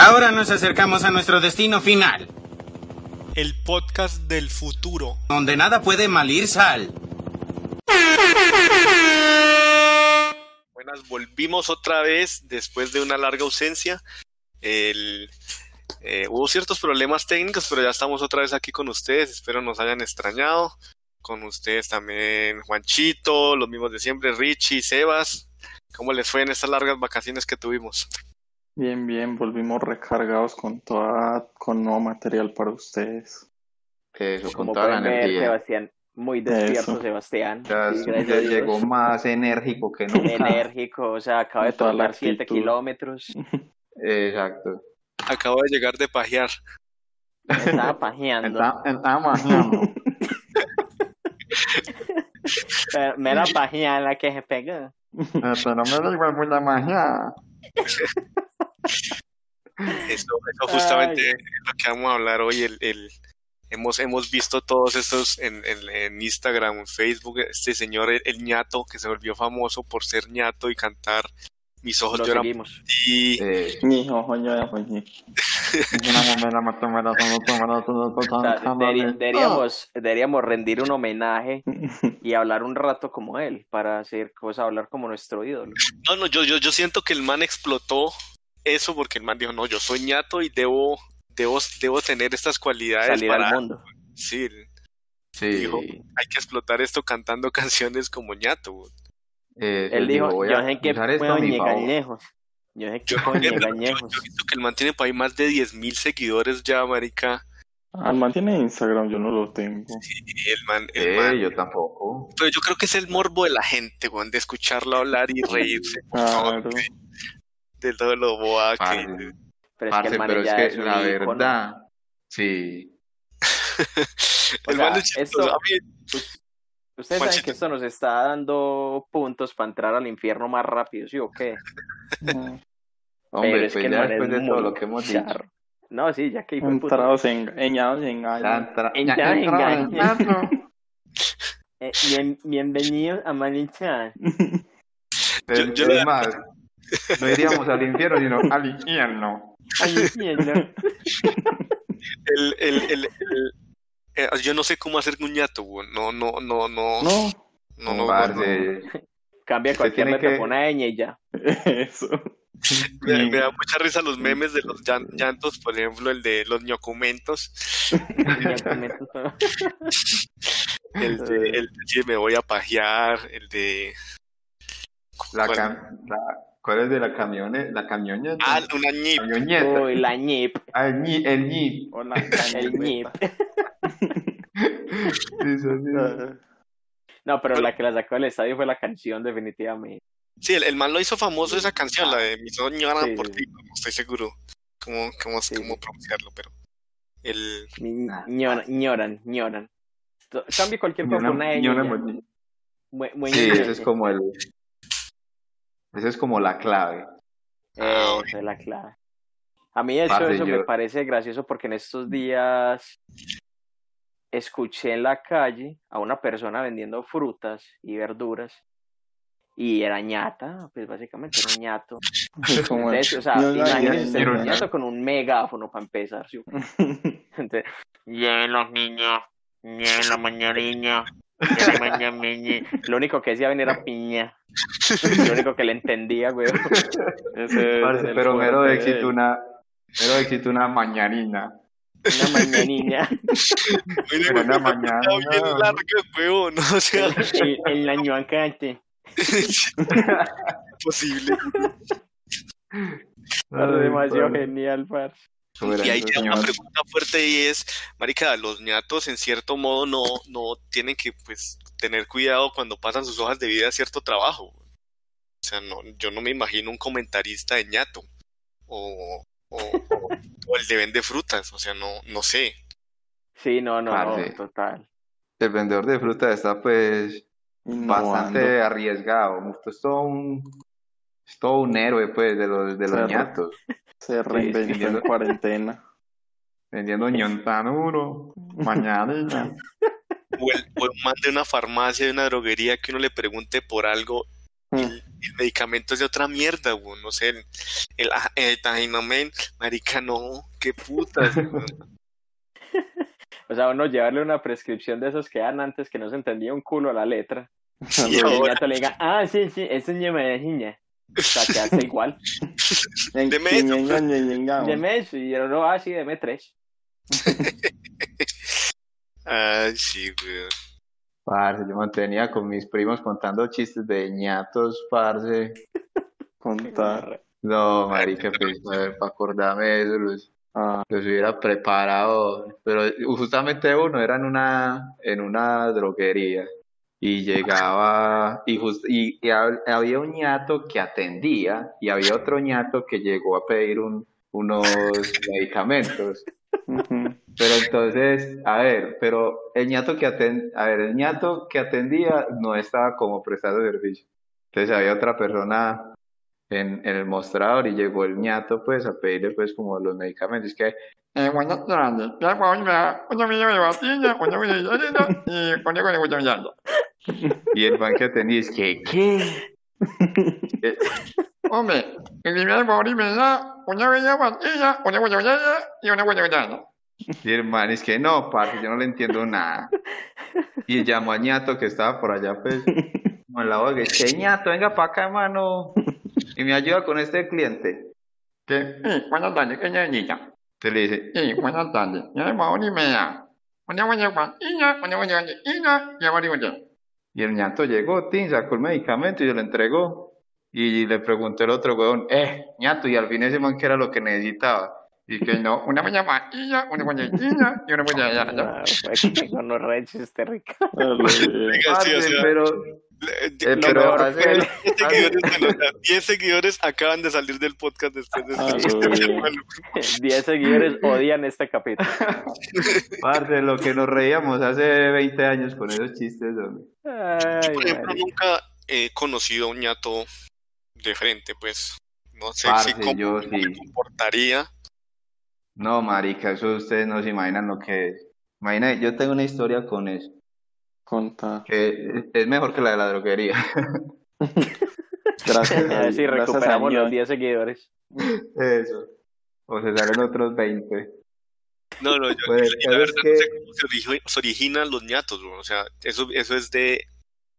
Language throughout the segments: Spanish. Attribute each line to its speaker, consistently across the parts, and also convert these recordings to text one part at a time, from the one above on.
Speaker 1: Ahora nos acercamos a nuestro destino final,
Speaker 2: El podcast del futuro.
Speaker 1: donde nada puede malir sal.
Speaker 3: Buenas, volvimos otra vez después de una larga ausencia. El, eh, hubo ciertos problemas técnicos, pero ya estamos otra vez aquí con ustedes. Espero nos hayan extrañado. Con ustedes también Juanchito, los mismos de siempre, Richie, Sebas. ¿Cómo les fue en estas largas vacaciones que tuvimos?
Speaker 4: Bien, bien, volvimos recargados con toda, con nuevo material para ustedes.
Speaker 5: Eso, con
Speaker 6: Como
Speaker 5: toda la
Speaker 6: pueden ver,
Speaker 5: energía.
Speaker 6: Sebastián, muy despierto,
Speaker 4: Eso.
Speaker 6: Sebastián.
Speaker 5: Ya,
Speaker 6: Sí,
Speaker 5: es-
Speaker 6: gracias
Speaker 5: ya
Speaker 6: a Dios.
Speaker 5: llegó más enérgico que nunca.
Speaker 6: Enérgico, o sea, acaba de
Speaker 4: Con toda la
Speaker 6: tomar 7
Speaker 4: actitud.
Speaker 6: kilómetros.
Speaker 5: Exacto.
Speaker 3: Acabo de llegar de pajear.
Speaker 6: Me estaba pajeando.
Speaker 5: Está- está majando.
Speaker 6: Pero Me era pajeada la que se pega.
Speaker 5: Pero no me da igual por la magia.
Speaker 3: Eso, eso justamente es lo que vamos a hablar hoy. El, el- hemos, hemos visto todos estos en, en- en Instagram, en Facebook, este señor, el, el ñato, que se volvió famoso por ser ñato y cantar Mis ojos
Speaker 6: Lo
Speaker 3: lloran
Speaker 6: seguimos.
Speaker 3: por ti.
Speaker 5: Eh,
Speaker 4: Ni ojo, yo ya oñi.
Speaker 6: O sea,
Speaker 4: Ah,
Speaker 6: deberi- deberíamos, deberíamos rendir un homenaje y hablar un rato como él, para hacer cosas, hablar como nuestro ídolo.
Speaker 3: No, no, yo, yo, yo siento que el man explotó eso porque el man dijo, no, yo soy ñato y debo, debo, debo tener estas cualidades
Speaker 6: Salir
Speaker 3: para...
Speaker 6: al mundo.
Speaker 3: Sí,
Speaker 5: Sí.
Speaker 3: Dijo, hay que explotar esto cantando canciones como ñato. güey".
Speaker 5: Eso,
Speaker 6: Él dijo,
Speaker 5: voy a
Speaker 6: yo sé que
Speaker 5: usar esto a mi
Speaker 6: coño
Speaker 5: favor".
Speaker 6: gañejos. Yo sé que
Speaker 3: Yo,
Speaker 6: coño
Speaker 3: yo-
Speaker 6: gañejos.
Speaker 3: yo he visto que el man tiene por ahí más de 10.000 seguidores ya, marica.
Speaker 4: Al man tiene Instagram, yo no lo tengo.
Speaker 3: Y el man, el man-
Speaker 5: Eh, yo tampoco.
Speaker 3: Pero yo creo que es el morbo de la gente, weón, de escucharlo hablar y reírse
Speaker 4: Claro.
Speaker 3: de todo lo boa
Speaker 6: Ah,
Speaker 5: Parce,
Speaker 3: que...
Speaker 6: Pero es Pues que
Speaker 5: parce,
Speaker 6: el man
Speaker 5: pero
Speaker 6: ya
Speaker 5: es que
Speaker 6: un
Speaker 5: la
Speaker 6: ícono.
Speaker 5: verdad, sí.
Speaker 3: El
Speaker 6: sea,
Speaker 3: man es chistoso.
Speaker 6: esto-
Speaker 3: A mí-
Speaker 6: Ustedes saben
Speaker 3: Juanchito.
Speaker 6: que esto nos está dando puntos para entrar al infierno más rápido, ¿sí o qué?
Speaker 5: Hombre,
Speaker 6: Pero es
Speaker 5: pues
Speaker 6: que
Speaker 5: ya
Speaker 6: no
Speaker 5: después
Speaker 6: eres
Speaker 5: de todo
Speaker 6: muy
Speaker 5: lo que hemos dicho.
Speaker 6: charro. No, sí, ya que hijo de puta.
Speaker 4: Entrados en, engañados en
Speaker 5: Ya
Speaker 4: gallo.
Speaker 5: entra-
Speaker 6: En-
Speaker 5: ya
Speaker 6: ya
Speaker 5: entra-
Speaker 6: engañé. Eh, bien- bienvenidos a Malinchan.
Speaker 3: Yo-
Speaker 5: Es-
Speaker 3: yo le-
Speaker 5: es más, no iríamos al infierno, sino al infierno.
Speaker 3: el- el- el- el- eh, yo no sé cómo hacer un ñato, weón. No, no, no, no.
Speaker 4: No,
Speaker 3: no, no, no.
Speaker 5: Parce,
Speaker 6: Cambia
Speaker 5: Se
Speaker 6: cualquier
Speaker 5: tiene
Speaker 6: letra
Speaker 5: que-
Speaker 6: por una ñ y ya.
Speaker 4: eso.
Speaker 3: Me, me da mucha risa los memes de los llan- llantos, por ejemplo, el de los ñocumentos.
Speaker 6: Ya con esto todo.
Speaker 3: El de, el de si me voy a pajear, el de...
Speaker 5: La
Speaker 3: ¿Cuál?
Speaker 5: cam- la- ¿Cuál es de la camioneta? La camioneta.
Speaker 3: Ah, una ñip.
Speaker 5: camioneta.
Speaker 6: Uy, la ñip,
Speaker 5: Ah, el ñi, el ñi.
Speaker 4: Hola,
Speaker 6: el ñip.
Speaker 5: Sí, sí,
Speaker 4: Ah,
Speaker 5: sí.
Speaker 6: Mm. No, pero la que la sacó del estadio fue la canción, definitivamente.
Speaker 3: Sí, el, el man lo hizo famoso esa canción, la de Mis ojos lloran
Speaker 6: Sí,
Speaker 3: por
Speaker 6: sí.
Speaker 3: ti, no estoy seguro cómo, cómo,
Speaker 6: Sí,
Speaker 3: cómo
Speaker 6: sí.
Speaker 3: pronunciarlo, pero el
Speaker 6: Ni-
Speaker 5: Ah,
Speaker 6: Ñoran, ñoran, ñoran. To- Cambia cualquier cosa por una
Speaker 5: Ñona-
Speaker 6: ñ. y
Speaker 5: Ñona
Speaker 6: ya.
Speaker 5: Muñiz.
Speaker 6: Mu- mu-
Speaker 5: Sí,
Speaker 6: ñ.
Speaker 5: ese es como el. Esa es como la clave.
Speaker 3: Ah,
Speaker 7: Eh,
Speaker 6: Esa es la clave. A mí de hecho
Speaker 5: Parce,
Speaker 6: eso
Speaker 5: yo-
Speaker 6: me parece gracioso porque en estos días escuché en la calle a una persona vendiendo frutas y verduras y era ñata, pues básicamente era un ñato.
Speaker 4: Como el-
Speaker 6: Entonces, o sea,
Speaker 4: No, no,
Speaker 6: imagínense
Speaker 4: ya,
Speaker 6: ustedes
Speaker 5: ya,
Speaker 6: un ñato con un megáfono para empezar. ¿sí? Entonces,
Speaker 7: Lleguen los niños, lleguen los mañariños, lleguen los mañamiñi.
Speaker 6: lo único que decía venir a piña. Lo único que le entendía, güey.
Speaker 4: ese es
Speaker 5: Parce,
Speaker 4: el
Speaker 5: pero mero
Speaker 4: fuerte
Speaker 5: de éxito
Speaker 4: él.
Speaker 5: una. Mero de éxito una mañanina.
Speaker 6: Una mañaniña.
Speaker 3: Mira,
Speaker 5: Una
Speaker 3: güey, está bien
Speaker 5: mañana.
Speaker 3: largo, huevón, o sea,
Speaker 6: El, el año encante.
Speaker 3: imposible.
Speaker 6: Demasiado genial, parce.
Speaker 3: Y ahí queda una pregunta fuerte y es, marica, los ñatos en cierto modo no, no tienen que pues tener cuidado cuando pasan sus hojas de vida a cierto trabajo. O sea, no, yo no me imagino un comentarista de ñato o, o, o- o el de vende frutas, o sea, no, no sé.
Speaker 6: Sí, no, no,
Speaker 5: Parce.
Speaker 6: no, total.
Speaker 5: El vendedor de fruta está pues bastante arriesgado. Esto es todo un, es todo un héroe pues de los, de los
Speaker 4: Claro.
Speaker 5: ñatos.
Speaker 4: Se reinventó en
Speaker 5: Vendiendo-
Speaker 4: cuarentena.
Speaker 5: Vendiendo ñontanuro, mañanina.
Speaker 3: O el, o el man de una farmacia, de una droguería que uno le pregunte por algo
Speaker 5: Mm.
Speaker 3: el medicamento es de otra mierda, weón. No sé, el, el, ah, el Tajinomen, marica, no, qué putas. weón.
Speaker 6: O sea, uno llevarle una prescripción de esos que dan antes que no se entendía un culo a la letra. Y
Speaker 3: Y
Speaker 6: el
Speaker 3: ahora,
Speaker 6: gato le diga, ah, sí, sí, eso es ñema de niña. O sea, te hace igual.
Speaker 3: Deme eso.
Speaker 4: Deme
Speaker 6: Deme eso. Y el otro, ah, sí, deme tres.
Speaker 3: Ay, sí, weón.
Speaker 5: Parce, yo mantenía con mis primos contando chistes de ñatos, parce.
Speaker 4: contar.
Speaker 5: No, marica, pues, para acordarme de eso, los,
Speaker 4: Ah,
Speaker 5: los hubiera preparado. Pero justamente uno era en una, en una droguería. Y llegaba, y, jus- y, y hab- había un ñato que atendía, y había otro ñato que llegó a pedir un, unos medicamentos.
Speaker 4: ujú.
Speaker 5: Pero entonces, a ver, pero el ñato que atendía, a ver, el ñato que atendía no estaba como prestando servicio. Entonces había otra persona en, en el mostrador y llegó el ñato pues a pedirle pues como los medicamentos que
Speaker 8: Eh, cuando grande, ya cuando me cuando me llevo a tienda, cuando me llevo a tienda, y cuando me llevo a tienda.
Speaker 5: y el man que atendía es que ¿qué? Eh,
Speaker 8: Hombre, el primer morir me da, cuando me llevo a tienda, cuando me llevo a tienda, y cuando me llevo a tienda.
Speaker 5: Y el man es que no, parce, yo no le entiendo nada. Y llamó a ñato que estaba por allá pues como en la boca, y dice, ñato, venga para acá, hermano, y me ayuda con este cliente.
Speaker 8: Que, y cuando tarde, que ya niña.
Speaker 5: Entonces le dice,
Speaker 8: Y cuando tarde, ya el morir me da. Cuando me llevo a tienda, cuando me llevo a tienda, ya me llevo a tienda.
Speaker 5: Y el ñato llegó, tin, sacó el medicamento y se lo entregó. Y le preguntó el otro huevón, eh, ñato, y al fin ese man que era lo que necesitaba. Y que no,
Speaker 8: No, una me llevo a tienda, una me llevo a tienda, y una me llevo a tienda.
Speaker 6: Ah, fue que con los rechis, te rica.
Speaker 4: Dale.
Speaker 3: Oiga, sí, o
Speaker 5: parce,
Speaker 3: sea,
Speaker 5: pero,
Speaker 3: le-
Speaker 5: eh,
Speaker 3: no,
Speaker 5: pero
Speaker 3: no,
Speaker 5: hace-
Speaker 3: diez
Speaker 5: hace-
Speaker 3: seguidores, bueno, o sea, diez seguidores acaban de salir del podcast después de
Speaker 4: Ah,
Speaker 3: este-
Speaker 4: güey.
Speaker 3: Bueno,
Speaker 6: Diez seguidores odian este capítulo.
Speaker 5: parce, lo que nos reíamos hace 20 años con esos chistes, hombre.
Speaker 6: Ay,
Speaker 3: Por ejemplo,
Speaker 6: madre.
Speaker 3: nunca he conocido a un ñato de frente, pues. No sé
Speaker 5: Parce,
Speaker 3: si cómo,
Speaker 5: yo
Speaker 3: cómo me
Speaker 5: sí.
Speaker 3: comportaría.
Speaker 5: No, marica, eso ustedes no se imaginan lo que es. Imagina, yo tengo una historia con eso,
Speaker 4: Contar.
Speaker 5: que es mejor que la de la droguería.
Speaker 4: Gracias.
Speaker 6: A ver
Speaker 4: David.
Speaker 6: si
Speaker 4: Gracias,
Speaker 6: recuperamos los
Speaker 4: Daniel.
Speaker 6: 10 seguidores.
Speaker 5: Eso. O se salen otros 20.
Speaker 3: No, no, yo,
Speaker 5: Pues,
Speaker 3: y la
Speaker 5: ¿sabes
Speaker 3: verdad no sé
Speaker 5: qué?
Speaker 3: cómo se, origi- se originan los ñatos, güey. O sea, eso, eso es de,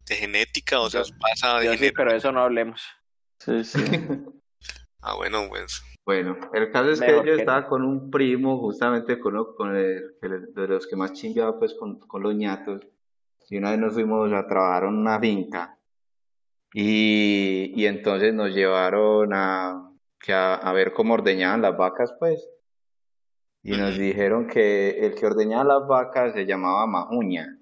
Speaker 3: de genética, o sea,
Speaker 6: Yo-
Speaker 3: eso pasa de
Speaker 6: Yo sí,
Speaker 3: genética.
Speaker 6: pero de eso no hablemos.
Speaker 4: Sí, sí.
Speaker 3: Ah, bueno, pues.
Speaker 5: Bueno, el caso es que
Speaker 6: Mejor
Speaker 5: yo
Speaker 6: que
Speaker 5: estaba con un primo, justamente con, lo- con el, que le- de los que más chimbeaba, pues con, con los ñatos. Y una vez nos fuimos a trabajar en una finca. Y, y entonces nos llevaron a, que a, a ver cómo ordeñaban las vacas, pues. Y nos dijeron que el que ordeñaba las vacas se llamaba Majuña.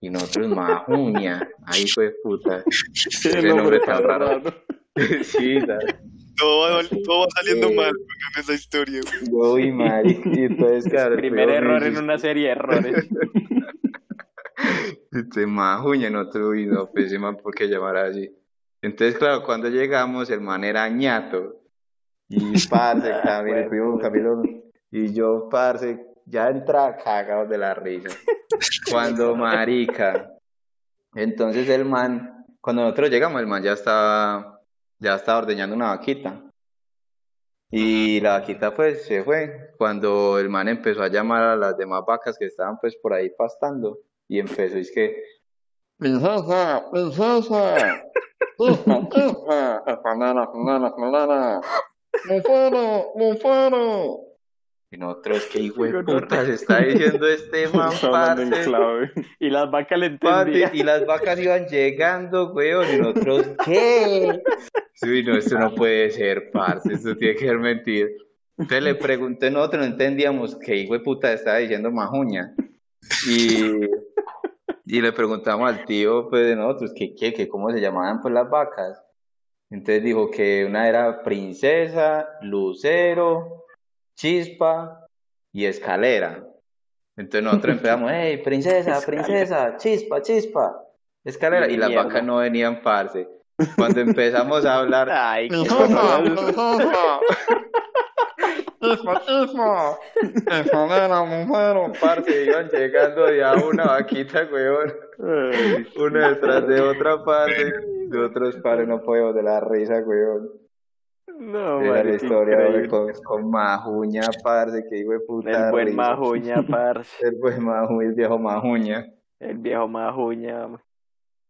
Speaker 5: Y nosotros, Majuña. Ahí fue puta.
Speaker 4: Sí,
Speaker 5: Qué
Speaker 4: no,
Speaker 5: nombre
Speaker 4: pero
Speaker 5: tan
Speaker 4: está
Speaker 5: raro. Sí, ¿sabes?
Speaker 3: Todo va, todo va saliendo
Speaker 5: Eh.
Speaker 3: mal güey, en esa historia. güey.
Speaker 5: Yo y marica, y entonces, claro, el
Speaker 6: Primer
Speaker 5: peor
Speaker 6: error
Speaker 5: me
Speaker 6: en una serie de errores.
Speaker 5: Este majuña, no tuve, no, pues, ese man, ¿por qué llamar así? Entonces, claro, cuando llegamos, el man era ñato. Y parce,
Speaker 6: Ah,
Speaker 5: Camilo,
Speaker 6: bueno.
Speaker 5: fuimos, Camilo, y yo, parce, ya entra cagado de la risa. Cuando marica. Entonces el man, cuando nosotros llegamos, el man ya estaba, ya estaba ordeñando una vaquita. Y la vaquita pues se fue cuando el man empezó a llamar a las demás vacas que estaban pues por ahí pastando y empezó es que
Speaker 8: Princesa, princesa, hija, hija, escandala, escandala, escandala. Mufaro, mufaro.
Speaker 5: y nosotros qué hijo de
Speaker 6: Digo, no,
Speaker 5: puta se está diciendo este man
Speaker 4: Está hablando en
Speaker 5: parce,
Speaker 4: clave.
Speaker 6: Y las vacas le
Speaker 5: parce,
Speaker 6: entendían.
Speaker 5: y las vacas iban llegando weón y nosotros qué sí no esto no puede ser parce esto tiene que ser mentira entonces le pregunté nosotros no entendíamos qué hijo de puta estaba diciendo majuña y Y le preguntamos al tío, pues, de nosotros, que, que, que cómo se llamaban, pues, las vacas. Entonces dijo que una era princesa, lucero, chispa y escalera. Entonces nosotros empezamos, hey, princesa, princesa, chispa, chispa, escalera. Y las
Speaker 6: Mierda.
Speaker 5: vacas no venían, parce. Cuando empezamos a hablar,
Speaker 6: Ay, qué
Speaker 8: Princesa,
Speaker 6: horror.
Speaker 8: princesa. Hija, hija, escandala, mufaro.
Speaker 5: parce, iban llegando de a una vaquita, weón,
Speaker 4: Ay,
Speaker 5: una detrás de otra, parce. Nosotros, padre, no podemos de la risa, weón.
Speaker 6: No,
Speaker 5: Era la
Speaker 6: marica,
Speaker 5: historia weón,
Speaker 6: increíble.
Speaker 5: con, con Majuña, parce, que hijo de puta.
Speaker 6: El buen
Speaker 5: risa.
Speaker 6: Majuña, parce.
Speaker 5: El buen Majuña, el viejo Majuña.
Speaker 6: El viejo Majuña. ma.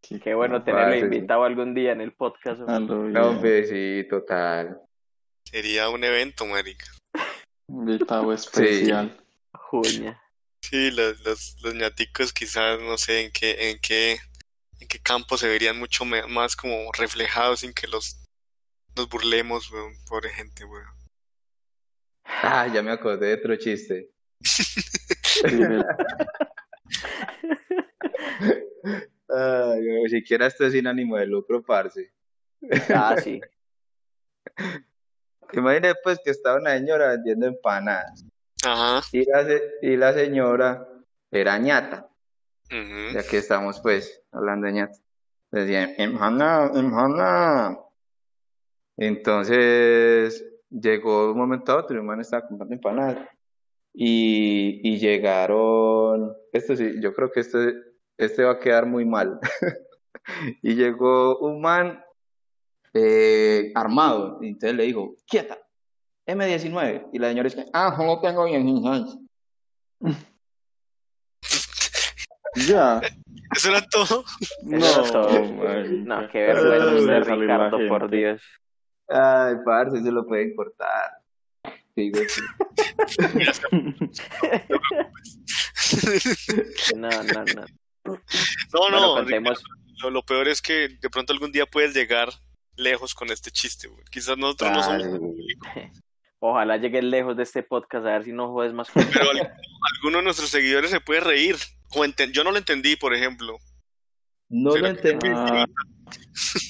Speaker 4: Qué
Speaker 6: Qué bueno tenerlo
Speaker 5: Ah, parce, sí. Ah,
Speaker 6: invitado algún día en el podcast. ma.
Speaker 4: A lo bien.
Speaker 5: No, hombre, sí, total.
Speaker 3: Sería un evento, marica.
Speaker 4: Invitado especial.
Speaker 6: Majuña.
Speaker 3: Sí, los, los, los ñaticos quizás, no sé, en qué, en qué, en qué campo se verían mucho me- más como reflejados sin que los nos burlemos, weón. Pobre gente, weón.
Speaker 5: Ah, ya me acordé de otro chiste.
Speaker 4: Vive-
Speaker 5: Ay, weón, siquiera esto es sin ánimo de lucro, parce.
Speaker 6: Ah, sí.
Speaker 5: Imagínate, pues, que estaba una señora vendiendo empanadas.
Speaker 3: Ajá.
Speaker 5: Y la, se- y la señora era ñata.
Speaker 3: ujú.
Speaker 5: Ya que estamos, pues, hablando de "Em, ñata. Decían, empanada, empanada. Entonces, llegó de un momento a otro, y un man estaba comprando empanadas. Y, y llegaron, esto sí, yo creo que este, este va a quedar muy mal. y llegó un man eh, armado, y entonces le dijo, quieta, M19. Y la señora dice, ah, no tengo 16.
Speaker 4: Ya.
Speaker 3: Eso era todo.
Speaker 6: Eso era todo. No, qué vergüenza
Speaker 4: Debe
Speaker 6: usted,
Speaker 4: salir la
Speaker 6: Ricardo, por
Speaker 4: gente.
Speaker 6: Dios.
Speaker 5: Ay, parce, se lo pueden cortar. Sí, güey.
Speaker 6: No, no, no.
Speaker 3: No,
Speaker 6: Bueno,
Speaker 3: no,
Speaker 6: contemos.
Speaker 3: Ricardo, lo, lo peor es que de pronto algún día puedes llegar lejos con este chiste, weón. Quizás nosotros no somos,
Speaker 6: Ojalá llegues lejos de este podcast a ver si no jodes más. con-
Speaker 3: pero al- alguno de nuestros seguidores se puede reír. O enten- yo no lo entendí, por ejemplo.
Speaker 5: No lo
Speaker 3: ¿Será que-
Speaker 5: entendí.
Speaker 4: Ah,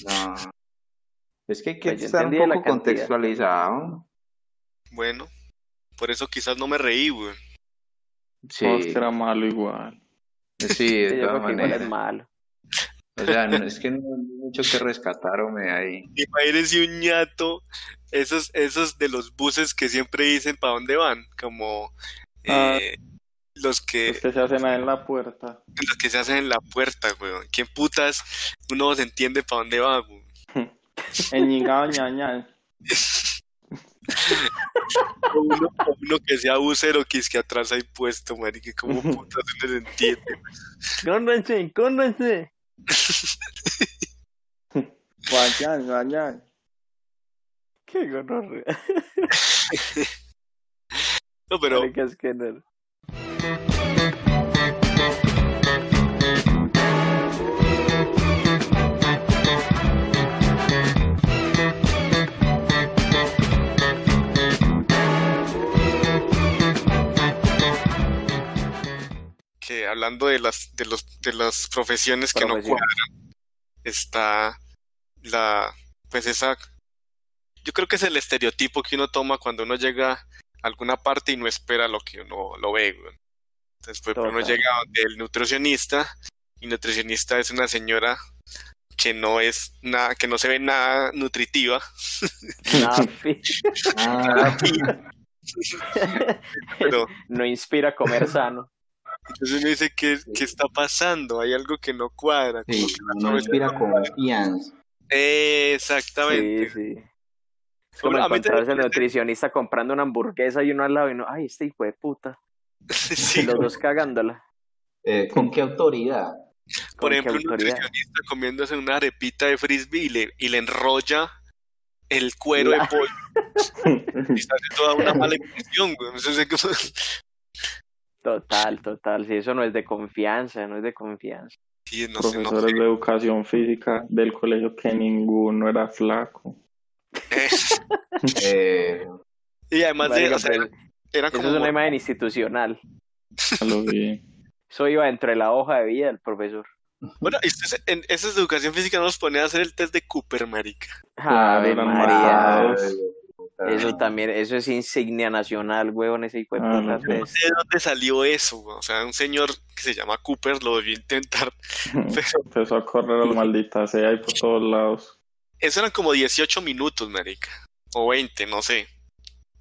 Speaker 5: Ah, No. Es que hay que
Speaker 6: Pues yo
Speaker 5: estar un
Speaker 6: entendí la
Speaker 5: poco
Speaker 6: cantidad.
Speaker 5: contextualizado.
Speaker 3: Bueno, por eso quizás no me reí, weón.
Speaker 5: Sí,
Speaker 4: todos que era malo igual.
Speaker 5: sí,
Speaker 6: Yo
Speaker 5: de todas
Speaker 6: creo que igual es
Speaker 5: maneras.
Speaker 6: malo.
Speaker 5: O sea, no, es que no hay mucho que rescatar, hombre, ahí.
Speaker 3: Imagínense un ñato, esos, esos de los buses que siempre dicen para dónde van, como eh, los que,
Speaker 4: Los que se hacen ahí en la puerta.
Speaker 3: los que se hacen en la puerta, weón. ¿Quién putas uno se entiende para dónde va, weón?
Speaker 4: Eñingao ñañal.
Speaker 3: O uno, o uno que sea busero que es que atrás hay puesto, marica, como putas uno se entiende.
Speaker 6: Cóndanse, cóndanse.
Speaker 4: Guayán, guayán.
Speaker 6: Qué gonorrea.
Speaker 3: No, pero
Speaker 6: Marica, es que no.
Speaker 3: que hablando de las, de los, de las profesiones que no
Speaker 6: Profesión.
Speaker 3: cuadran, está la, pues esa, yo creo que es el estereotipo que uno toma cuando uno llega a alguna parte y no espera lo que uno lo ve, güey. Entonces, pues, uno
Speaker 6: Total.
Speaker 3: llega donde el nutricionista, y el nutricionista es una señora que no es nada, que no se ve nada nutritiva,
Speaker 6: Nada fit.
Speaker 5: Ah,
Speaker 3: pero
Speaker 6: No inspira a comer sano.
Speaker 3: entonces uno dice, ¿qué, qué está pasando? Hay algo que no cuadra. como
Speaker 5: sí,
Speaker 3: que la
Speaker 5: no
Speaker 3: profesión
Speaker 5: inspira confianza.
Speaker 3: Exactamente. este
Speaker 6: Sí, sí. Es como
Speaker 3: Bueno, a mí también-
Speaker 6: encontrarse al nutricionista comprando una hamburguesa y uno al lado y no, ay, este hijo de puta.
Speaker 3: Sí,
Speaker 6: Y los dos cagándola.
Speaker 5: Eh, ¿Con qué autoridad?
Speaker 3: por
Speaker 6: ¿Con qué
Speaker 3: ejemplo, un
Speaker 6: autoridad?
Speaker 3: nutricionista comiéndose una arepita de frisbee y le, y le enrolla el cuero
Speaker 6: La-
Speaker 3: de pollo. Y se hace toda una mala impresión, güey. Entonces, es como-
Speaker 6: Total, total. Si eso no es de confianza, no es de confianza.
Speaker 3: Sí, no sé, no
Speaker 4: Profesores de educación física del colegio que ninguno era flaco.
Speaker 3: sé.
Speaker 5: Eh,
Speaker 3: Y además de,
Speaker 6: Marica,
Speaker 3: o sea,
Speaker 6: pero
Speaker 3: eran
Speaker 6: eso
Speaker 3: como
Speaker 6: es una imagen institucional.
Speaker 4: A lo bien.
Speaker 6: Eso iba dentro de la hoja de vida del profesor.
Speaker 3: Bueno, y ustedes en esas de educación física no los ponía a hacer el test de Cooper, marica.
Speaker 5: Ah,
Speaker 4: Claro,
Speaker 6: Ave
Speaker 4: eran
Speaker 6: María.
Speaker 4: matados.
Speaker 5: ay,
Speaker 6: Eso también, eso es insignia nacional, huevón, ese hijo de
Speaker 4: Ah,
Speaker 6: puta.
Speaker 4: no, no.
Speaker 6: pues.
Speaker 3: No sé de dónde salió eso, güey. O sea, un señor que se llama Cooper lo debió intentar. Pero
Speaker 4: Empezó a correr al maldita sea y por todos lados.
Speaker 3: eso eran como 18 minutos, marica. O 20, no sé.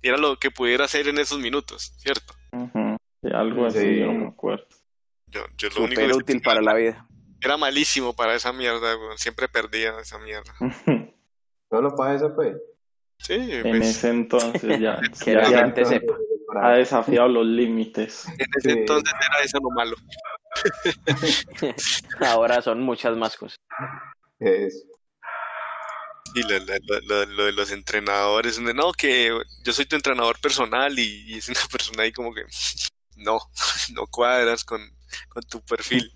Speaker 3: Era lo que pudiera hacer en esos minutos, ¿cierto?
Speaker 4: Ujú. Sí, algo así,
Speaker 5: Sí.
Speaker 4: yo no me acuerdo.
Speaker 3: Yo, yo lo único
Speaker 6: Súper
Speaker 3: que-
Speaker 6: útil para la vida.
Speaker 3: Era malísimo para esa mierda, weón. Siempre perdía esa mierda.
Speaker 4: en
Speaker 5: Solo para eso, pues.
Speaker 3: Sí, pues,
Speaker 4: ese entonces ya,
Speaker 6: Que
Speaker 4: ya-
Speaker 6: la
Speaker 4: ya
Speaker 6: gente sepa.
Speaker 4: ha desafiado los límites.
Speaker 3: en ese
Speaker 5: sí.
Speaker 3: entonces era eso lo malo.
Speaker 6: Ahora son muchas más cosas.
Speaker 5: Es-
Speaker 3: Y la- la- la- la- lo de los entrenadores, donde no, que yo soy tu entrenador personal y, y es una persona ahí como que no, no cuadras con, con tu perfil.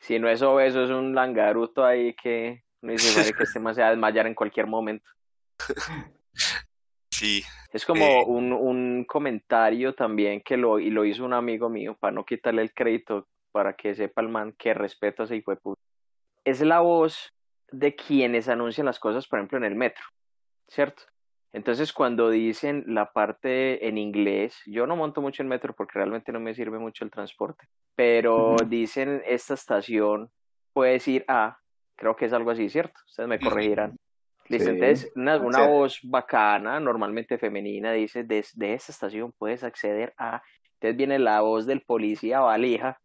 Speaker 6: Si no es obeso, es un langaruto ahí que no dice "Madre, que este más se va a desmayar en cualquier momento.
Speaker 3: Sí,
Speaker 6: Es como
Speaker 3: Eh.
Speaker 6: un, un comentario también que lo, y lo hizo un amigo mío, para no quitarle el crédito, para que sepa el man que respeto a ese hijo de puta. Es la voz de quienes anuncian las cosas, por ejemplo, en el metro, ¿cierto? Entonces, cuando dicen la parte en inglés, yo no monto mucho en metro porque realmente no me sirve mucho el transporte, pero
Speaker 4: Ujú.
Speaker 6: dicen esta estación, puedes ir a, creo que es algo así, ¿cierto? Ustedes me corregirán.
Speaker 5: Sí.
Speaker 6: Listo, entonces una, una
Speaker 5: sea-
Speaker 6: voz bacana, normalmente femenina, dice, de, de esta estación puedes acceder a... Entonces viene la voz del policía valija,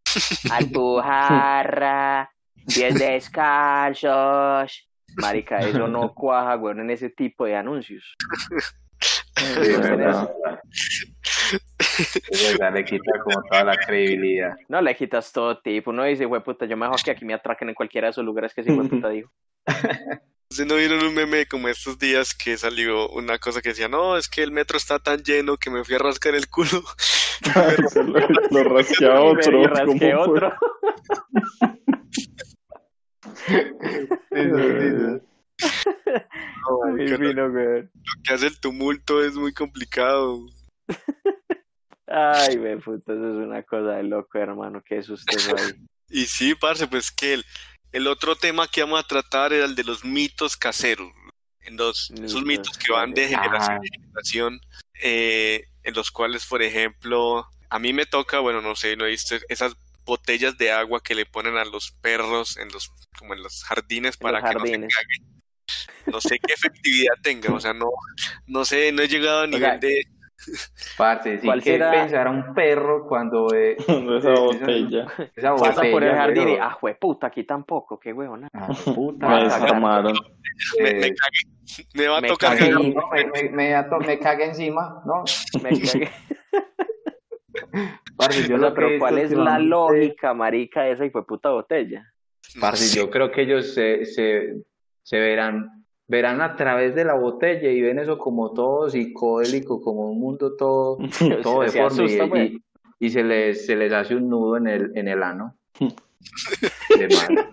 Speaker 6: al pujarra, pies descalzos. Marica, eso no cuaja, güey, en ese tipo de anuncios.
Speaker 5: Sí,
Speaker 4: Bueno,
Speaker 5: verdad. Es verdad, le quita como toda la credibilidad.
Speaker 6: No le quitas todo tipo. Uno dice, güey, puta, yo me dejo que aquí me atraquen en cualquiera de esos lugares que ese güey puta dijo.
Speaker 3: ¿Ustedes no vieron un meme como estos días que salió una cosa que decía, no, es que el metro está tan lleno que me fui a rascar el culo?
Speaker 4: Se lo, lo rasqué a
Speaker 6: Y me-
Speaker 4: otro.
Speaker 6: y rasqué
Speaker 4: ¿cómo fue?
Speaker 6: otro.
Speaker 3: No, que lo que hace el tumulto es muy complicado.
Speaker 6: Ay, güey, puta, eso es una cosa de loco, hermano. Qué susto ahí.
Speaker 3: Y sí, parce, pues que el, el otro tema que vamos a tratar era el de los mitos caseros. En los- esos
Speaker 6: Mitos
Speaker 3: mitos que van de
Speaker 6: caseros.
Speaker 3: generación en generación, eh, en los cuales, por ejemplo, a mí me toca, bueno, no sé, no he visto esas botellas de agua que le ponen a los perros en los, como en los jardines para
Speaker 6: los
Speaker 3: que no se
Speaker 6: jardines.
Speaker 3: caguen. No sé qué efectividad tenga, o sea, no, no sé, no he llegado a nivel de...
Speaker 5: Parce, sí
Speaker 6: ¿Cuál
Speaker 5: que
Speaker 6: será?
Speaker 5: pensar a un perro cuando eh,
Speaker 4: Esa botella.
Speaker 5: esa
Speaker 6: Pasa por el
Speaker 5: botella,
Speaker 6: jardín y,
Speaker 5: weón.
Speaker 6: ah, güey, puta, aquí tampoco, qué huevona.
Speaker 5: Ah, puta,
Speaker 4: Me
Speaker 5: saca-
Speaker 4: desarmaron.
Speaker 3: Me,
Speaker 5: eh,
Speaker 3: me cagué, me va a
Speaker 6: me
Speaker 3: tocar
Speaker 5: cagué,
Speaker 3: cagar.
Speaker 6: cagué.
Speaker 5: no, me, me, me ato- me cagué encima, ¿no?
Speaker 6: Me cagué.
Speaker 5: Parce, yo
Speaker 6: O sea,
Speaker 5: lo que he
Speaker 6: pero
Speaker 5: visto
Speaker 6: ¿cuál es la
Speaker 5: últimamente-
Speaker 6: lógica, marica, de esa y puta botella?
Speaker 5: Parce, yo creo que ellos se, se, se verán, verán a través de la botella y ven eso como todo psicodélico, como un mundo todo, todo
Speaker 6: Se- se
Speaker 5: deforme. y-
Speaker 6: asusta,
Speaker 5: y,
Speaker 6: pues.
Speaker 5: y se les, se les hace un nudo en el, en el ano. De madre.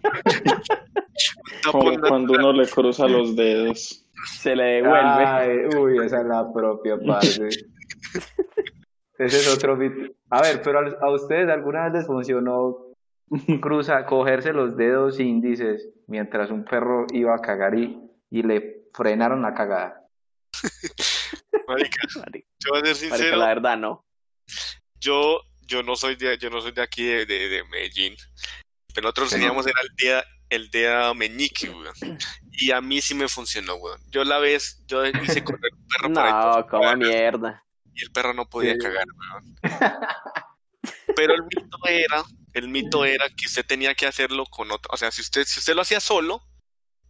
Speaker 4: Como
Speaker 3: Tapón
Speaker 4: cuando uno le cruza los dedos.
Speaker 6: Se le devuelve.
Speaker 5: Ay, uy, esa es la propia parte. Ese es otro mito. A ver, pero a, a ustedes alguna vez les funcionó cruza, cogerse los dedos índices mientras un perro iba a cagar y, y le frenaron la cagada.
Speaker 3: Marica,
Speaker 6: Marica,
Speaker 3: yo voy a ser
Speaker 6: marica,
Speaker 3: sincero,
Speaker 6: la verdad, no.
Speaker 3: yo, yo no soy de, yo no soy de aquí de, de- de Medellín. Pero nosotros teníamos era el día, el día meñique, weón. Y a mí sí me funcionó, weón. Yo la vez, yo hice correr un perro para
Speaker 6: No, como mierda.
Speaker 3: y el perro no podía cagar, weón. Pero el mito era, el mito era que usted tenía que hacerlo con otro. O sea, si usted, si usted lo hacía solo,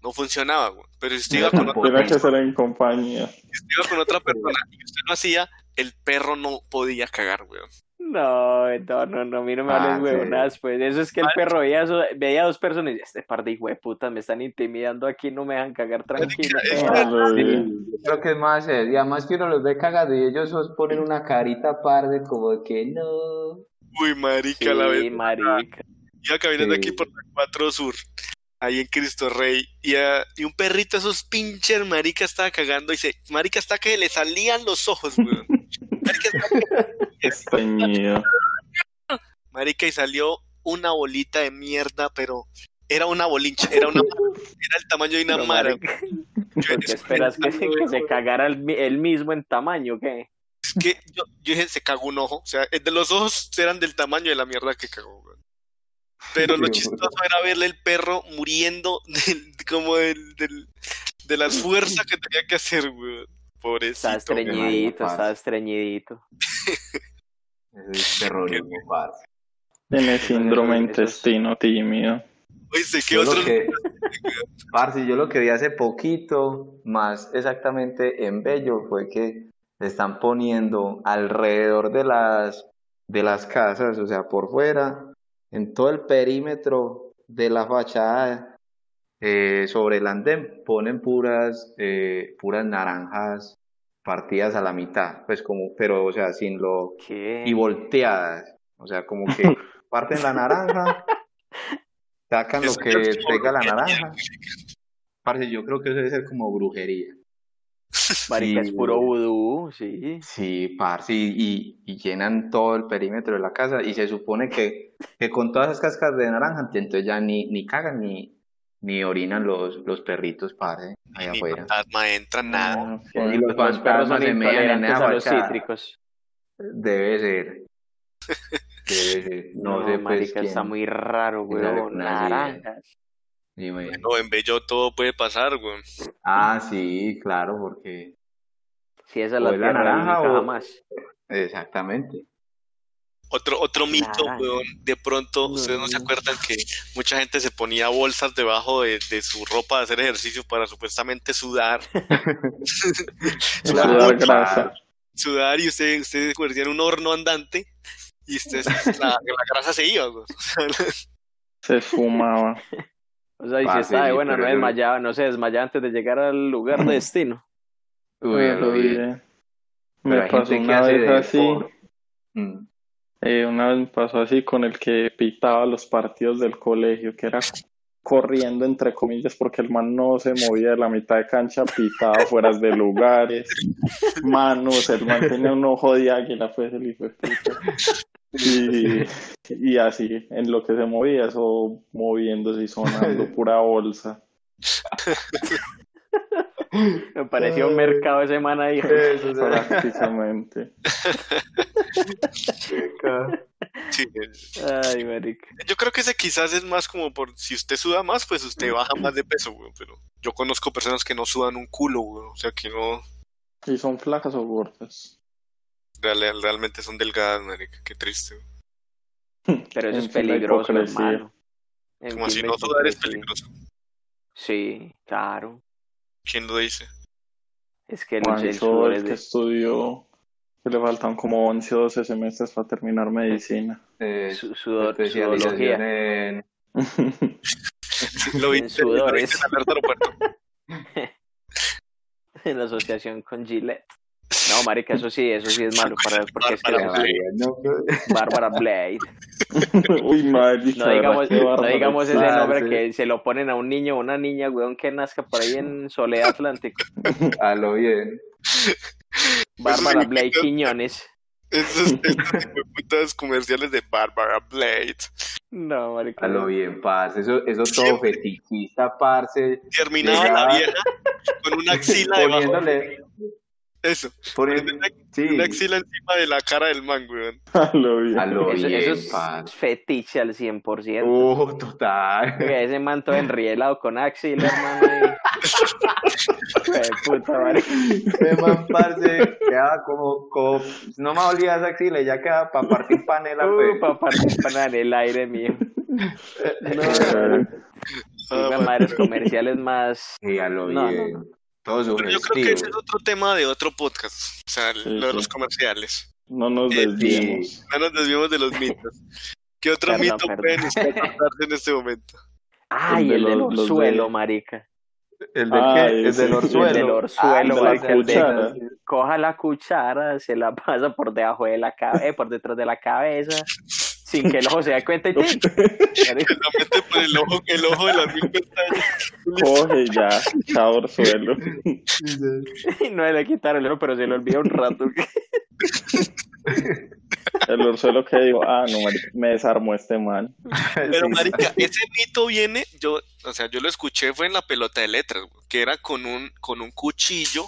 Speaker 3: no funcionaba, weón. Pero si usted iba con otra
Speaker 4: Tiene que ser en compañía.
Speaker 3: si usted iba con otra persona y usted lo hacía, el perro no podía cagar, weón.
Speaker 6: No, no, no, no, a mí no me
Speaker 5: Ah,
Speaker 6: hables
Speaker 5: sí.
Speaker 6: huevonadas, pues. Eso es que el
Speaker 3: Vale.
Speaker 6: perro veía, eso, veía a dos personas y decía, este par de hijueputas me están intimidando aquí, no me dejan cagar tranquilo.
Speaker 4: Ah, lo vi.
Speaker 5: Yo creo que es más, eh, y además que uno los ve cagando y ellos os ponen una carita par de como que no.
Speaker 3: Uy, marica, la vez.
Speaker 6: Sí, marica.
Speaker 3: Iba caminando
Speaker 5: Sí.
Speaker 3: aquí por la 4 Sur, ahí en Cristo Rey, y, ah, y un perrito, esos pinches marica, estaba cagando y se, marica, hasta que le salían los ojos, weón. Marica, hasta que-
Speaker 4: Teñido.
Speaker 3: marica, y salió una bolita de mierda, pero era una bolincha, era una era el tamaño de una
Speaker 6: Pero,
Speaker 3: mara.
Speaker 6: marica,
Speaker 3: Yo en
Speaker 6: ¿Por qué
Speaker 3: ese
Speaker 6: esperas que, se-
Speaker 3: momento,
Speaker 6: que se cagara el, mi- el mismo en tamaño, qué?
Speaker 3: es que yo, yo dije, se cagó un ojo, o sea, el de los ojos eran del tamaño de la mierda que cagó, weón. Pero lo
Speaker 5: Dios.
Speaker 3: chistoso era verle el perro muriendo del- como del, del- de la fuerza que tenía que hacer, weón.
Speaker 6: Está
Speaker 3: Pobrecito. weón.
Speaker 6: estreñidito,
Speaker 5: marica,
Speaker 6: está
Speaker 5: parce.
Speaker 6: estreñidito.
Speaker 5: Eso es terrorismo, parce.
Speaker 4: Tiene síndrome
Speaker 6: Eso es-
Speaker 4: intestino tímido.
Speaker 3: Oíste, ¿qué
Speaker 5: Yo lo
Speaker 3: otro?
Speaker 5: Pues que- Parce, yo lo que vi hace poquito, más exactamente en Bello, fue que le están poniendo alrededor de las, de las casas, o sea, por fuera, en todo el perímetro de la fachada, eh, sobre el andén, ponen puras, eh, puras naranjas partidas a la mitad, pues como, pero, o sea, sin lo,
Speaker 6: ¿Qué?
Speaker 5: y volteadas. O sea, como que parten la naranja, sacan lo
Speaker 3: Eso
Speaker 5: que
Speaker 3: creo que es
Speaker 5: pega la
Speaker 3: brujería.
Speaker 5: naranja. Parce, yo creo que eso debe ser como brujería.
Speaker 6: Marica, es
Speaker 5: sí.
Speaker 6: puro vudú, sí.
Speaker 5: Sí, parce, y, y- y llenan todo el perímetro de la casa y se supone que, que con todas esas cascas de naranja, entonces ya ni, ni cagan ni, ni orinan los, los perritos, parce, allá
Speaker 3: Ni
Speaker 5: afuera.
Speaker 3: fantasma entra, nada.
Speaker 5: Y Ah, los
Speaker 6: Los perros
Speaker 5: fantasmas
Speaker 6: son
Speaker 5: se mean en
Speaker 6: intolerantes
Speaker 5: esa
Speaker 6: a los
Speaker 5: fachada.
Speaker 6: cítricos.
Speaker 5: Debe ser. Debe ser. No sé, pues,
Speaker 6: marica, está
Speaker 5: quién.
Speaker 6: muy raro,
Speaker 5: quién sabe
Speaker 6: weón.
Speaker 5: con la vida.
Speaker 6: Naranjas.
Speaker 5: Dime.
Speaker 3: No, en Bello todo puede pasar, güey.
Speaker 5: Ah, sí, claro, porque
Speaker 6: Si esa es
Speaker 5: O
Speaker 6: la
Speaker 5: es la
Speaker 6: tierra
Speaker 5: naranja
Speaker 6: bendita,
Speaker 5: o-
Speaker 6: jamás.
Speaker 5: exactamente.
Speaker 3: Otro, otro mito,
Speaker 6: Naranja.
Speaker 3: weón. De pronto, ustedes no se acuerdan que mucha gente se ponía bolsas debajo de, de su ropa de hacer ejercicio para supuestamente sudar.
Speaker 4: Sudar
Speaker 5: Claro,
Speaker 4: grasa.
Speaker 5: claro.
Speaker 3: Sudar y ustedes usted convertían en un horno andante y ustedes, la, la grasa se iba, güey.
Speaker 4: Se fumaba.
Speaker 6: O sea, y si
Speaker 5: Parce,
Speaker 6: estaba de
Speaker 5: sí,
Speaker 6: buena,
Speaker 5: pero
Speaker 6: no
Speaker 5: yo-
Speaker 6: desmayaba, no se desmayaba antes de llegar al lugar de destino.
Speaker 5: Uy, ya lo vi.
Speaker 4: Oye,
Speaker 5: Pero
Speaker 4: Me
Speaker 5: hay
Speaker 4: pasó
Speaker 5: gente que
Speaker 4: una
Speaker 5: hace
Speaker 4: vez
Speaker 5: de
Speaker 4: así.
Speaker 5: por- Mm.
Speaker 4: Eh, una vez me pasó así con el que pitaba los partidos del colegio, que era corriendo entre comillas porque el man no se movía de la mitad de cancha, pitaba fuera de lugares, manos, el man tenía un ojo de águila, pues el hijo de puta. Y, y así, en lo que se movía, eso moviéndose y sonando pura bolsa.
Speaker 6: Me pareció un mercado de semana ahí.
Speaker 4: Prácticamente.
Speaker 3: Sí, eh,
Speaker 5: Pues,
Speaker 6: Ay, marica.
Speaker 3: Yo creo que ese quizás es más como por si usted suda más, pues usted baja más de peso, güey. Pero yo conozco personas que no sudan un culo, güey. O sea, que no
Speaker 4: ¿Y son flacas o gordas?
Speaker 3: real- realmente son delgadas, marica. Qué triste. güey.
Speaker 6: Pero eso
Speaker 4: En
Speaker 6: es
Speaker 4: fin, la
Speaker 6: peligroso,
Speaker 4: hipocresía.
Speaker 6: hermano. En
Speaker 3: Como
Speaker 6: fin,
Speaker 3: si
Speaker 6: la
Speaker 3: no sudar es
Speaker 6: hipocresía.
Speaker 3: peligroso.
Speaker 6: Sí, claro.
Speaker 3: ¿Quién lo dice?
Speaker 6: Es que el, el
Speaker 4: Juancho,
Speaker 6: sudor
Speaker 4: el
Speaker 6: es
Speaker 4: que
Speaker 6: de-
Speaker 4: estudió, que le faltan como 11 o 12 semestres para terminar medicina.
Speaker 5: Eh,
Speaker 6: su- sudor,
Speaker 5: especialización
Speaker 6: sudología.
Speaker 5: en-
Speaker 3: Lo
Speaker 6: En
Speaker 3: viste, lo
Speaker 6: sudores.
Speaker 3: viste en el aeropuerto.
Speaker 6: En la asociación con Gillette. No, marica, eso sí, eso sí es malo. Para, porque es
Speaker 5: Ah,
Speaker 6: que
Speaker 3: Bárbara
Speaker 6: la- Bárbara Blade.
Speaker 4: Uy, marica,
Speaker 6: No digamos,
Speaker 4: qué
Speaker 6: no
Speaker 4: bárbaro.
Speaker 6: digamos ese
Speaker 5: Ah,
Speaker 6: nombre
Speaker 5: sí.
Speaker 6: que se lo ponen a un niño o una niña, weón, que nazca por ahí en Soledad Atlántico.
Speaker 5: A lo bien.
Speaker 6: Bárbara
Speaker 3: sí.
Speaker 6: Blake Quiñones.
Speaker 3: Esos, esos putas comerciales de Barbara Blade.
Speaker 6: No, marica.
Speaker 5: A lo bien, parce. Eso, eso todo
Speaker 3: Siempre.
Speaker 5: fetichista, parce.
Speaker 3: Terminaba
Speaker 5: Llegaba.
Speaker 3: la vieja con una axila debajo.
Speaker 5: Poniéndole.
Speaker 3: Eso.
Speaker 5: poniendo-
Speaker 3: Una,
Speaker 5: Sí.
Speaker 3: una axila encima de la cara del man, güey.
Speaker 4: Ah, lo vi.
Speaker 5: A lo
Speaker 6: Eso,
Speaker 5: bien,
Speaker 6: eso es
Speaker 5: parce.
Speaker 6: fetiche al 100%.
Speaker 5: Uh, total.
Speaker 6: Oiga, ese manto enrielado con axila, hermano. y- Hijo de puta, marica.
Speaker 5: Ese Este man, parce, quedaba como, como- No me olvidas esa axila, ya quedaba para partir panela, pues.
Speaker 6: Uh, papá, para en el aire mío.
Speaker 3: Ah,
Speaker 6: Una
Speaker 3: bueno.
Speaker 6: madre, los comerciales más.
Speaker 5: Sí, a lo
Speaker 6: No, no,
Speaker 5: bien. Todo su
Speaker 3: Pero yo creo que ese
Speaker 5: estilo.
Speaker 3: es otro tema de otro podcast. O sea, lo de los comerciales.
Speaker 4: No nos
Speaker 3: Eh,
Speaker 4: desviemos.
Speaker 3: No nos desviemos de los mitos. ¿Qué otro
Speaker 6: Perdón,
Speaker 3: mito
Speaker 6: perdón.
Speaker 3: pueden ustedes contarse en este momento?
Speaker 6: Ay,
Speaker 4: de
Speaker 6: el del
Speaker 4: los- los de-
Speaker 6: orzuelo, marica.
Speaker 5: ¿El
Speaker 4: de
Speaker 5: de
Speaker 4: Ay, qué?
Speaker 5: qué?
Speaker 4: El
Speaker 5: El
Speaker 4: sí, del
Speaker 5: del
Speaker 4: el orzuelo.
Speaker 5: orzuelo.
Speaker 6: del orzuelo,
Speaker 4: Ah, el de la
Speaker 5: el de-
Speaker 4: cuchara.
Speaker 6: Coja la cuchara, se la pasa por debajo de la cabeza, por detrás de la cabeza, sin que el ojo se dé cuenta y ¡tin!
Speaker 3: Que la mete por el ojo, el ojo de las mil pestañas.
Speaker 4: Coge ya, chao orzuelo.
Speaker 6: Y no le quitaron el ojo, pero se lo olvidó un rato.
Speaker 4: El orzuelo que digo, ah, no, marica, me desarmó este man.
Speaker 3: Pero, marica, ese mito viene, yo, o sea, yo lo escuché fue en la pelota de letras, güey, que era con un, con un cuchillo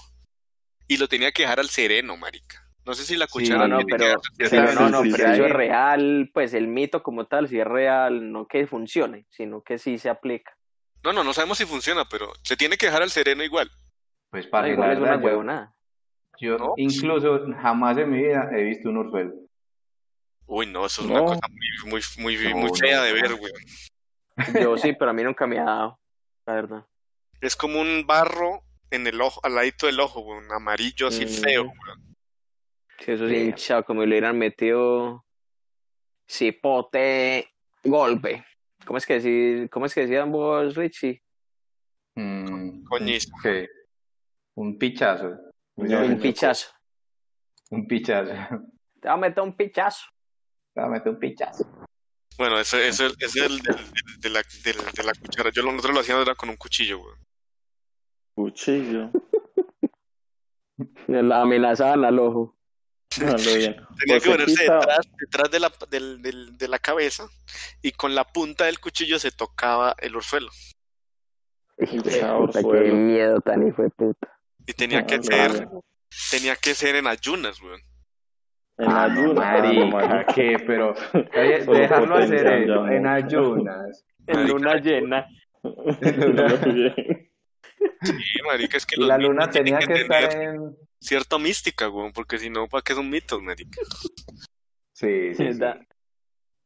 Speaker 3: y lo tenía que dejar al sereno, marica. No sé si la cuchara
Speaker 6: no, no,
Speaker 3: tiene que
Speaker 6: pero-
Speaker 3: dejar al
Speaker 6: Pero
Speaker 3: sereno.
Speaker 6: no, no,
Speaker 4: sí,
Speaker 6: pero
Speaker 4: sí.
Speaker 6: eso es real, pues el mito como tal, si es real, no que funcione, sino que sí se aplica.
Speaker 3: No, no, no sabemos si funciona, pero se tiene que dejar al sereno igual.
Speaker 5: Pues
Speaker 6: No,
Speaker 5: para
Speaker 6: igual es una
Speaker 5: verdad, yo,
Speaker 6: huevonada.
Speaker 5: yo incluso jamás en mi vida he visto un orzuelo.
Speaker 3: Uy, no, eso es
Speaker 4: No.
Speaker 3: una cosa muy, muy, muy,
Speaker 5: No,
Speaker 3: muy
Speaker 5: no,
Speaker 3: fea de
Speaker 5: no.
Speaker 3: ver, güey.
Speaker 6: Yo sí, pero a mí nunca me ha dado, la verdad.
Speaker 3: Es como un barro en el ojo, al ladito del ojo, güey, un amarillo así
Speaker 6: Mm.
Speaker 3: feo, güey.
Speaker 6: Sí, eso sí, hinchado, como le hubieran metido cipote golpe. ¿Cómo es que decís, cómo es que decían vos, Richie?
Speaker 5: Mm,
Speaker 3: Coñizo.
Speaker 5: ok. Un pichazo.
Speaker 6: Un pichazo.
Speaker 5: Un pichazo.
Speaker 6: Te va a meter un pichazo.
Speaker 5: Ah, mete un pichazo.
Speaker 3: Bueno, ese, ese- ese es el del- del- de, la, del- de la cuchara. Yo lo, nosotros lo hacíamos era con un cuchillo, güey.
Speaker 4: Cuchillo.
Speaker 6: La amenazaban al ojo.
Speaker 4: Dale bien.
Speaker 3: Tenía
Speaker 4: Pues
Speaker 3: que
Speaker 4: se
Speaker 3: ponerse
Speaker 4: quita-
Speaker 3: detrás, detrás de, la, del- del- de la cabeza y con la punta del cuchillo se tocaba el orzuelo.
Speaker 4: Hinchado orzuelo.
Speaker 6: miedo tan hijo de puta.
Speaker 3: Y tenía que
Speaker 4: Ah,
Speaker 3: ser,
Speaker 4: dale.
Speaker 3: tenía que ser en ayunas, güey.
Speaker 4: En
Speaker 5: Ah,
Speaker 4: ayunas.
Speaker 5: no,
Speaker 4: ah, no,
Speaker 5: marica,
Speaker 4: marica.
Speaker 5: ¿qué? Pero oye,
Speaker 4: Solo
Speaker 5: dejarlo hacer
Speaker 4: potencial,
Speaker 5: eso,
Speaker 4: ya,
Speaker 5: en
Speaker 4: no.
Speaker 5: ayunas.
Speaker 6: En luna llena.
Speaker 4: Dale bien.
Speaker 3: Sí, marica, es que
Speaker 5: Y
Speaker 3: los
Speaker 5: la
Speaker 3: mitos
Speaker 5: luna
Speaker 3: tienen
Speaker 5: tenía que
Speaker 3: tener
Speaker 5: estar en...
Speaker 3: cierta mística, güey, porque si no, ¿para qué son mitos, marica?
Speaker 5: Sí, sí, sí.
Speaker 6: Da-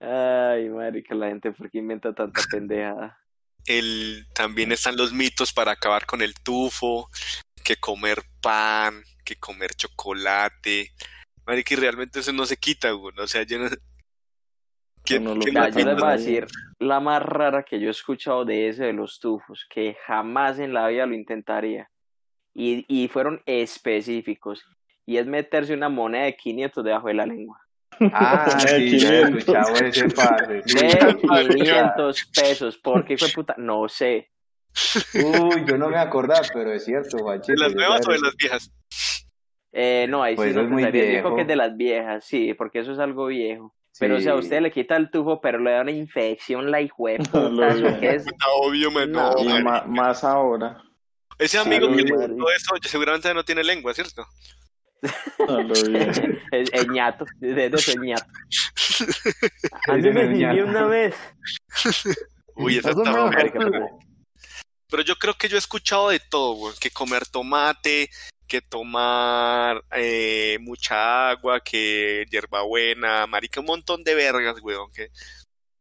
Speaker 6: Ay, marica, la gente, ¿por qué inventa tanta pendejada?
Speaker 3: El, también están los mitos para acabar con el tufo, que comer pan, que comer chocolate. Marica, y realmente eso no se quita, güey. O sea, yo no... ¿Quién-
Speaker 4: Uno lo
Speaker 3: quién
Speaker 4: quita,
Speaker 6: Vea,
Speaker 3: lo
Speaker 5: Ah,
Speaker 6: yo les
Speaker 3: quita?
Speaker 6: voy a decir la más rara que yo he escuchado de ese de los tufos, que jamás en la vida lo intentaría. Y, y fueron específicos. Y es meterse una moneda de 500 debajo de la lengua.
Speaker 5: Ah, sí, yo he
Speaker 4: 500.
Speaker 5: escuchado ese pase. sí.
Speaker 6: De 500 pesos. porque hijo de puta? No sé.
Speaker 5: Uy, yo no me acordaba, pero es cierto, Juanchito.
Speaker 3: ¿De las
Speaker 5: yo
Speaker 3: nuevas
Speaker 5: ya
Speaker 3: o de
Speaker 5: era-
Speaker 3: las viejas?
Speaker 6: Eh, no, ahí
Speaker 5: Pues
Speaker 6: sí no
Speaker 5: es muy
Speaker 6: pensaría. Yo
Speaker 5: viejo.
Speaker 6: Digo que es de las viejas, sí, porque eso es algo viejo. Pero o sea, a
Speaker 5: Sí.
Speaker 6: usted le quita el tufo, pero le da una infección la hijo de
Speaker 4: Lo
Speaker 6: puta. ¿eso
Speaker 4: viejo.
Speaker 6: qué es?
Speaker 3: Está Ah, obvio, man.
Speaker 6: No,
Speaker 3: No,
Speaker 4: Y
Speaker 3: man.
Speaker 4: ma- más ahora.
Speaker 3: Ese amigo que le
Speaker 6: Salud,
Speaker 3: contó eso seguramente no tiene lengua, ¿cierto?
Speaker 4: Dale bien.
Speaker 6: Es, es ñato, es de ser ñato.
Speaker 5: A mí me sirvió una
Speaker 6: vez.
Speaker 4: Mm,
Speaker 3: Uy, esa
Speaker 8: Eso
Speaker 3: está
Speaker 8: no,
Speaker 3: verga.
Speaker 8: Arturo.
Speaker 3: Pero yo creo que yo he escuchado de todo, güey. Que comer tomate, que tomar eh, mucha agua, que hierbabuena, marica, un montón de vergas, güey. Que,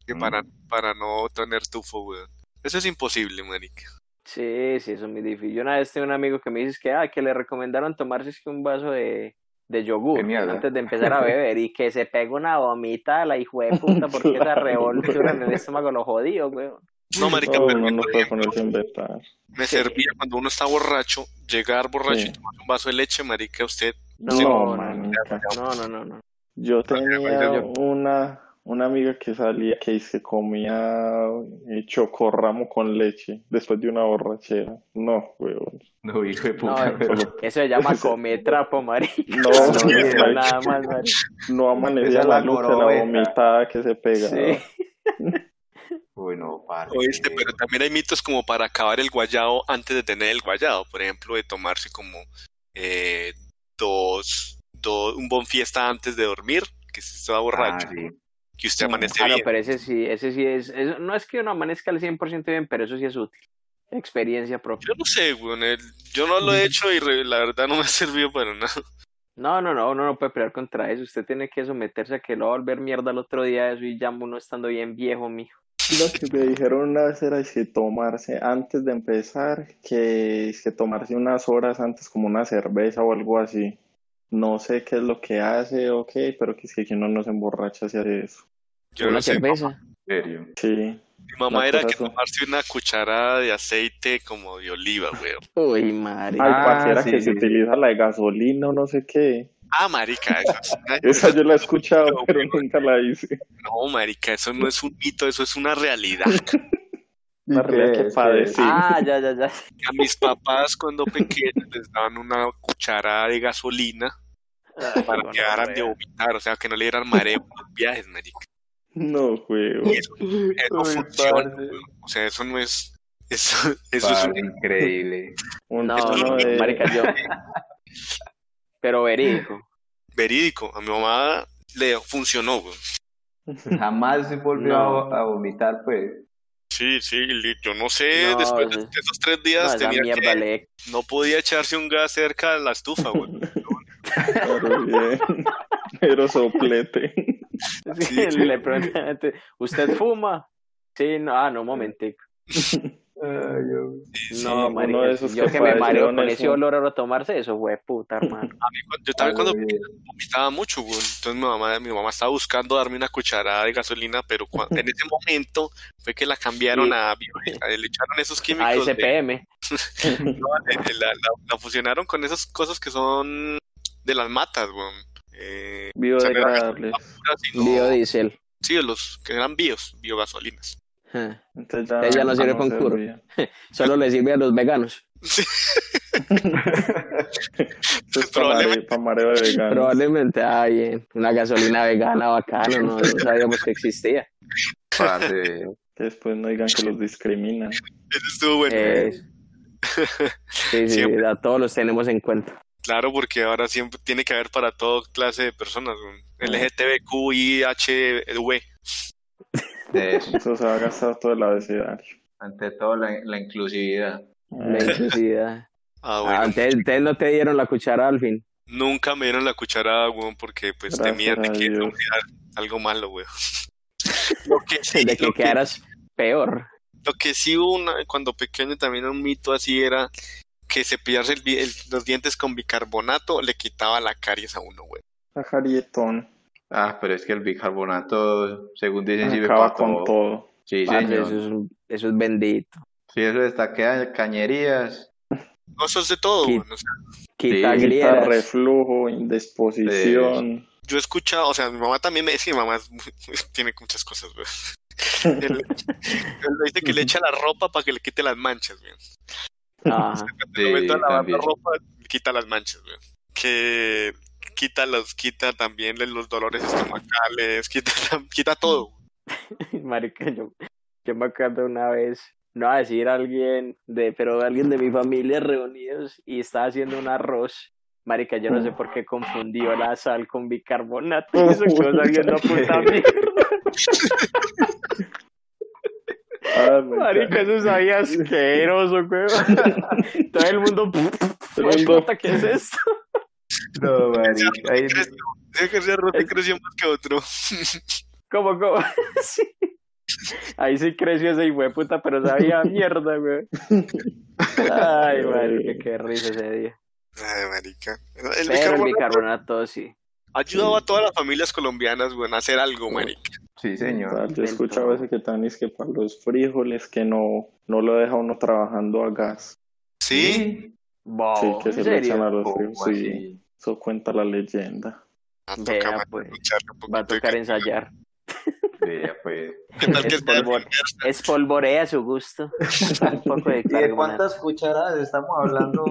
Speaker 3: que
Speaker 4: Mm.
Speaker 3: para, para no tener tufo, güey. Eso es imposible, marica.
Speaker 6: Sí, sí, eso es muy difícil. Yo una vez tengo un amigo que me dice que, ah, que le recomendaron tomarse es que un vaso de, de yogur
Speaker 5: Qué mierda.
Speaker 6: antes de empezar a beber y que se pega una vomita a la hijo de puta porque esa
Speaker 4: Claro.
Speaker 6: revoltura en el estómago lo jodió, weón.
Speaker 3: No, marica,
Speaker 4: No,
Speaker 3: pero
Speaker 4: uno
Speaker 3: me,
Speaker 4: no puede ponerse a inventar.
Speaker 3: me servía cuando uno está borracho, llegar borracho
Speaker 4: Sí.
Speaker 3: y tomar un vaso de leche, marica, usted.
Speaker 6: No,
Speaker 3: Sí.
Speaker 6: no, no,
Speaker 4: manica.
Speaker 6: no, no, no, no.
Speaker 4: Yo tenía
Speaker 3: yo-
Speaker 4: una, una amiga que salía que dice comía eh, chocorramo con leche después de una borrachera. No, weón.
Speaker 5: No, hijo de puta,
Speaker 6: No,
Speaker 5: pero...
Speaker 6: Eso se llama comer trapo, marica.
Speaker 4: No,
Speaker 5: No,
Speaker 4: no,
Speaker 5: sí,
Speaker 4: marica,
Speaker 6: nada más, marica.
Speaker 4: no amanecía
Speaker 5: Esa
Speaker 4: la
Speaker 5: es la
Speaker 4: luz de la
Speaker 5: gorobeta.
Speaker 4: vomitada que se pega.
Speaker 6: Sí.
Speaker 5: Uy, no, parce.
Speaker 3: Oíste, pero también hay mitos como para acabar el guayao antes de tener el guayao, por ejemplo, de tomarse como eh, dos, dos, un bon fiesta antes de dormir, que se estaba
Speaker 5: Ah,
Speaker 3: borracho,
Speaker 5: sí.
Speaker 3: que usted amanece
Speaker 6: Ah, no,
Speaker 3: bien.
Speaker 6: pero ese sí, ese sí es, eso- no es que uno amanezca al 100% bien, pero eso sí es útil. Experiencia propia.
Speaker 3: Yo no sé, weón, el- yo no lo he hecho y re- la verdad no me ha servido para nada.
Speaker 6: No, no, no, uno no puede pelear contra eso. Usted tiene que someterse a que lo va a volver mierda al otro día eso y ya uno estando bien viejo, mijo.
Speaker 4: Lo que me dijeron una vez era es que tomarse antes de empezar, que es que tomarse unas horas antes como una cerveza o algo así. No sé qué es lo que hace o qué, pero que es que uno no se emborracha si hace eso.
Speaker 3: Yo
Speaker 6: una
Speaker 3: no sé,
Speaker 6: cerveza.
Speaker 5: En serio.
Speaker 4: Sí,
Speaker 3: mi mamá
Speaker 4: No,
Speaker 3: era
Speaker 4: por
Speaker 3: que
Speaker 4: eso.
Speaker 3: tomarse una cucharada de aceite como de oliva, weón.
Speaker 6: Uy,
Speaker 4: hay
Speaker 6: marica.
Speaker 5: Ah,
Speaker 4: parciera
Speaker 5: sí,
Speaker 4: que
Speaker 5: sí.
Speaker 4: se utiliza la de gasolina o no sé qué.
Speaker 3: Ah, marica, eso es una-
Speaker 4: Esa yo la he escuchado, pero nunca la hice.
Speaker 3: no, marica, eso no es un mito, eso es una realidad.
Speaker 4: Una
Speaker 5: ¿Y
Speaker 4: realidad
Speaker 5: qué
Speaker 4: que
Speaker 5: es?
Speaker 4: padecí.
Speaker 6: Ah, ya, ya, ya.
Speaker 3: A mis papás cuando pequeños les daban una cucharada de gasolina
Speaker 6: Ay,
Speaker 3: para
Speaker 6: bueno,
Speaker 3: que dejaran de
Speaker 6: wea.
Speaker 3: vomitar, o sea, que no le dieran mareo en los viajes, marica.
Speaker 4: No, juego.
Speaker 3: Y eso, eso
Speaker 5: Uy,
Speaker 3: funciona,
Speaker 5: parce.
Speaker 3: weón. o sea, eso no es... Eso, eso es
Speaker 5: Parce,
Speaker 3: un-
Speaker 5: increíble.
Speaker 4: Un
Speaker 6: No,
Speaker 4: tono
Speaker 6: no,
Speaker 4: de-
Speaker 6: marica, yo. Pero verídico.
Speaker 3: verídico. A mi mamá le funcionó, weón.
Speaker 5: Jamás se volvió
Speaker 6: No.
Speaker 5: a, a vomitar, pues.
Speaker 3: Sí, sí, li- yo no sé,
Speaker 6: No,
Speaker 3: después de
Speaker 6: sí.
Speaker 3: de esos tres
Speaker 6: No,
Speaker 3: días
Speaker 6: esa
Speaker 3: tenía
Speaker 6: mierda
Speaker 3: que...
Speaker 6: le.
Speaker 3: No podía echarse un gas cerca de la estufa, güey.
Speaker 4: Pero bien. Pero soplete.
Speaker 6: le preguntan, ¿usted fuma? Sí, no, ah, no, un momentico.
Speaker 4: Ay, Dios.
Speaker 6: no,
Speaker 4: uno
Speaker 6: marica,
Speaker 4: de esos
Speaker 6: yo
Speaker 4: que
Speaker 6: que, me mareo
Speaker 4: padecieron
Speaker 6: con ese
Speaker 4: eso.
Speaker 6: olor a tomarse eso, güey, puta, hermano.
Speaker 3: Yo también cuando
Speaker 5: Uy,
Speaker 6: eh.
Speaker 3: vomitaba mucho, güey, entonces mi mamá, mi mamá estaba buscando darme una cucharada de gasolina, pero cua- en ese momento fue que la cambiaron
Speaker 6: Sí.
Speaker 3: a biológica, le echaron esos
Speaker 6: A
Speaker 3: químicos, de-
Speaker 6: SPM.
Speaker 3: de- la, la- la fusionaron con esas cosas que son de las matas, güey. Eh,
Speaker 4: Biodegradables.
Speaker 3: pura, sino-
Speaker 6: Biodiesel.
Speaker 3: sí, de los que eran bios, biogasolinas.
Speaker 6: Ja.
Speaker 4: Entonces
Speaker 6: Ella no sirve con curo.
Speaker 4: servía.
Speaker 6: Ah. Solo le sirve a los veganos.
Speaker 4: Eso es para
Speaker 3: Probablemente.
Speaker 4: mare- para mareo de veganos.
Speaker 6: Probablemente, ay, eh, una gasolina vegana bacana, no, no sabíamos que existía.
Speaker 5: parce.
Speaker 4: Que después no digan que los discriminan.
Speaker 3: Eso estuvo bueno.
Speaker 6: Eh, sí, sí,
Speaker 3: Siempre.
Speaker 6: a todos los tenemos en cuenta.
Speaker 3: Claro, porque ahora siempre tiene que haber para toda clase de personas, güey. LGTBQ, IHV.
Speaker 5: Eso.
Speaker 4: Eso se va a gastar todo el abecedario.
Speaker 5: Ante todo, la, la inclusividad.
Speaker 4: Ah.
Speaker 6: La inclusividad.
Speaker 3: Ah, bueno.
Speaker 6: Ah, Ustedes ustedes no te dieron la cuchara al fin.
Speaker 3: Nunca me dieron la cucharada, weón, porque pues
Speaker 4: Gracias
Speaker 3: temían de
Speaker 4: a
Speaker 3: que
Speaker 4: Dios.
Speaker 3: no quedara algo malo, weón. Lo que sí,
Speaker 6: De que
Speaker 3: lo que-
Speaker 6: quedaras peor.
Speaker 3: lo que sí hubo una- cuando pequeño también un mito así era que cepillarse el di- el- los dientes con bicarbonato le quitaba la caries a uno, weón.
Speaker 4: La jarietón
Speaker 5: Ah, pero es que el bicarbonato, según dicen, sirve
Speaker 4: acaba
Speaker 5: para
Speaker 4: con todo.
Speaker 5: Sí,
Speaker 6: Parce,
Speaker 5: señor.
Speaker 6: eso, es, un- eso es bendito.
Speaker 5: Sí, eso destaquea cañerías.
Speaker 3: No, eso es de todo,
Speaker 6: Quit-
Speaker 3: weón. O sea,
Speaker 6: Quita
Speaker 5: Sí,
Speaker 4: Quita
Speaker 6: grietas.
Speaker 4: reflujo, indisposición.
Speaker 3: yo he escuchado, o sea, mi mamá también me dice, mi mamá es muy- tiene muchas cosas, weón. Él, él le dice que le echa la ropa para que le quite las manchas, weón.
Speaker 6: Ajá.
Speaker 3: Te meto a lavar
Speaker 5: también.
Speaker 3: la ropa, quita las manchas, weón. Que quita los, quita también los dolores estomacales, quita, quita todo.
Speaker 6: Marica, yo, yo me acuerdo una vez, no a decir a alguien, de, pero alguien de mi familia reunidos y estaba haciendo un arroz. Marica, yo no sé por qué confundió la sal con bicarbonato. Y eso quedó sabiendo a puta mierda.
Speaker 4: Ah, me
Speaker 6: Marica,
Speaker 4: encanta.
Speaker 6: eso sabía asqueroso, weón. Todo el mundo.
Speaker 4: el mundo-
Speaker 6: puta, ¿Qué es esto?
Speaker 5: No, marica. Ahí-
Speaker 3: Ese que ropa creció más que otro.
Speaker 6: ¿Cómo, cómo? Sí. Ahí sí creció ese puta, pero sabía a mierda, güey. Ay, marica, qué risa ese día.
Speaker 3: Ay, marica. El
Speaker 6: Pero el
Speaker 3: bicarbonato
Speaker 6: bicarbonato sí.
Speaker 3: ha ayudado a todas las familias colombianas, weón, a hacer algo, marica.
Speaker 5: Sí, señor.
Speaker 4: Yo he escuchado a
Speaker 6: Del
Speaker 4: veces que tan es que para los frijoles que no, no lo deja uno trabajando a gas.
Speaker 3: ¿Sí?
Speaker 4: Sí,
Speaker 6: Wow,
Speaker 4: que se
Speaker 6: ¿en
Speaker 4: le echan a
Speaker 6: serio?
Speaker 4: los
Speaker 5: Oh, ¿Cómo
Speaker 4: frijoles. Sí,
Speaker 5: así?
Speaker 4: eso cuenta la leyenda.
Speaker 3: Ah, toca,
Speaker 6: Vea,
Speaker 3: marica,
Speaker 6: pues.
Speaker 3: lucharle un
Speaker 6: Va a
Speaker 3: poquito de
Speaker 6: tocar
Speaker 3: ca-
Speaker 6: ensayar.
Speaker 5: Vea, pues.
Speaker 3: ¿Qué tal que este sea?
Speaker 6: Espolvor- Espolvorea a su gusto. Un poco de carbonato.
Speaker 5: cucharadas estamos hablando?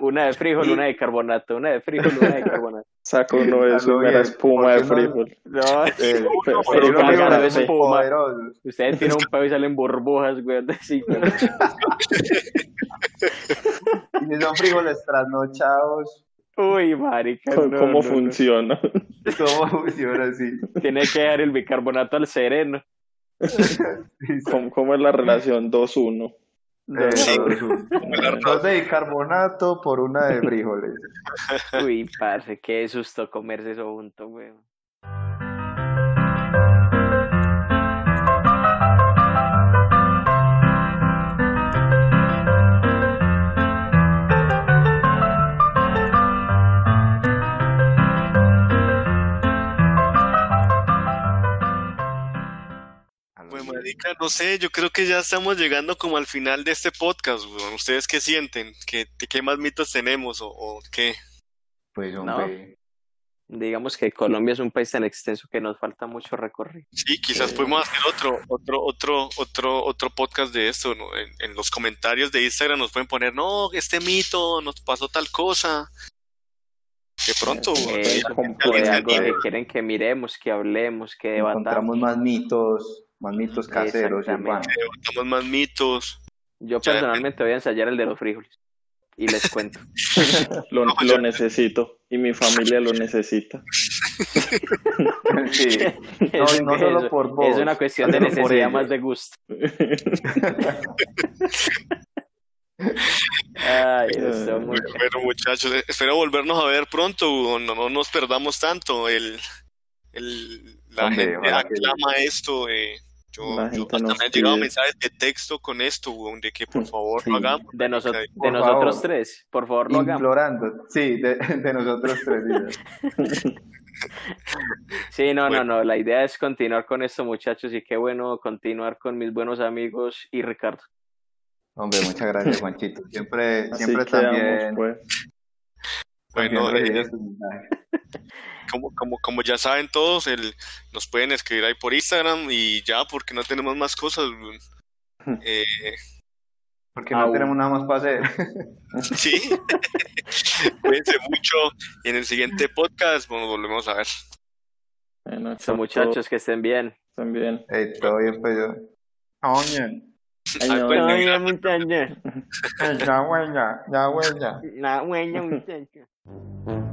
Speaker 6: Una de frijol, una de carbonato. Una de frijol, una de carbonato.
Speaker 4: Saca uno de esos,
Speaker 5: Hazlo
Speaker 4: mera
Speaker 5: bien,
Speaker 4: espuma de
Speaker 5: porque no-
Speaker 4: frijol.
Speaker 6: No,
Speaker 4: Eh, fe-
Speaker 6: pero
Speaker 4: frijol
Speaker 6: no, cargado de
Speaker 4: grande.
Speaker 6: espuma. ustedes tienen un pedo y salen burbujas, güey. así, güey.
Speaker 5: Y son frijoles trasnochados.
Speaker 6: Uy, marica.
Speaker 4: ¿Cómo
Speaker 6: no, no, no.
Speaker 4: funciona?
Speaker 5: ¿Cómo funciona así?
Speaker 6: Tiene que dar el bicarbonato al sereno.
Speaker 4: ¿Cómo, cómo es la relación 2-1?
Speaker 6: No,
Speaker 3: Sí.
Speaker 5: Dos de bicarbonato por una de frijoles.
Speaker 6: Uy, parce, qué susto comerse eso junto, güey.
Speaker 3: Pues, marica, no sé, yo creo que ya estamos llegando como al final de este podcast, weón. ¿Ustedes qué sienten? ¿Qué, qué más mitos tenemos o, o qué?
Speaker 5: Pues hombre,
Speaker 6: Digamos que Colombia es un país tan extenso que nos falta mucho recorrido.
Speaker 3: Sí, quizás podemos hacer otro, otro, otro, otro, otro podcast de esto, ¿no? En, en los comentarios de Instagram nos pueden poner, no, este mito, nos pasó tal cosa. De pronto,
Speaker 6: Eh,
Speaker 4: pues,
Speaker 3: Alguien
Speaker 6: Fue
Speaker 3: se
Speaker 6: algo
Speaker 3: anima.
Speaker 6: que quieren que miremos, que hablemos, que
Speaker 5: encontramos
Speaker 6: debatamos.
Speaker 5: más mitos, más mitos caseros y
Speaker 6: Exactamente.
Speaker 5: urbanos.
Speaker 3: levantamos más mitos.
Speaker 6: Yo
Speaker 3: Ya,
Speaker 6: personalmente voy a ensayar el de los frijoles. Y les cuento.
Speaker 4: Lo,
Speaker 3: No,
Speaker 4: lo
Speaker 3: yo-
Speaker 4: necesito y mi familia lo necesita.
Speaker 5: Sí. No,
Speaker 6: Es-
Speaker 5: y no solo
Speaker 6: es-
Speaker 5: por vos,
Speaker 6: Es una cuestión de
Speaker 5: sino por
Speaker 6: necesidad
Speaker 5: ellos.
Speaker 6: más de gusto.
Speaker 5: Ah,
Speaker 6: Ay, eso muy...
Speaker 3: Bueno, muchachos, eh, espero volvernos a ver pronto, Hugo, no, no nos perdamos tanto. El, el- la
Speaker 5: Hombre,
Speaker 3: gente
Speaker 5: ojalá que-
Speaker 3: aclama esto, eh, Yo,
Speaker 4: La
Speaker 3: yo-
Speaker 4: gente
Speaker 3: hasta
Speaker 4: nos
Speaker 3: me han llegado
Speaker 4: pide.
Speaker 3: mensajes de texto con esto, weón, de que por favor
Speaker 4: Sí.
Speaker 3: lo hagamos.
Speaker 6: De, noso- de
Speaker 5: Por
Speaker 6: nosotros
Speaker 5: favor.
Speaker 6: tres, por favor, lo hagamos.
Speaker 5: Implorando. Sí, de, de nosotros tres. sí.
Speaker 6: Sí, no,
Speaker 3: Bueno.
Speaker 6: no, no. La idea es continuar con esto, muchachos, y qué bueno continuar con mis buenos amigos y Ricardo.
Speaker 5: Hombre, muchas gracias, Juanchito. Siempre,
Speaker 4: Así
Speaker 5: siempre
Speaker 4: quedamos,
Speaker 5: también.
Speaker 4: pues.
Speaker 5: también
Speaker 3: Bueno, eh,
Speaker 5: recibes tus mensajes.
Speaker 3: como, como, como ya saben todos, el, nos pueden escribir ahí por Instagram y ya, porque no tenemos más cosas. weón. Eh,
Speaker 5: porque no
Speaker 6: Au.
Speaker 5: tenemos nada más para hacer.
Speaker 3: sí. Cuídense mucho. Y en el siguiente podcast, bueno, volvemos a ver.
Speaker 4: Bueno,
Speaker 6: Son
Speaker 4: chao,
Speaker 6: muchachos que estén bien.
Speaker 4: todos, También.
Speaker 5: Eh, todo bien, pues yo. Oye,
Speaker 4: Ay,
Speaker 3: Ah,
Speaker 4: no,
Speaker 3: pues,
Speaker 4: no.
Speaker 3: Ay, la
Speaker 6: montaña.
Speaker 5: eh, ya huella, ya huella.
Speaker 6: La huella, muchacho.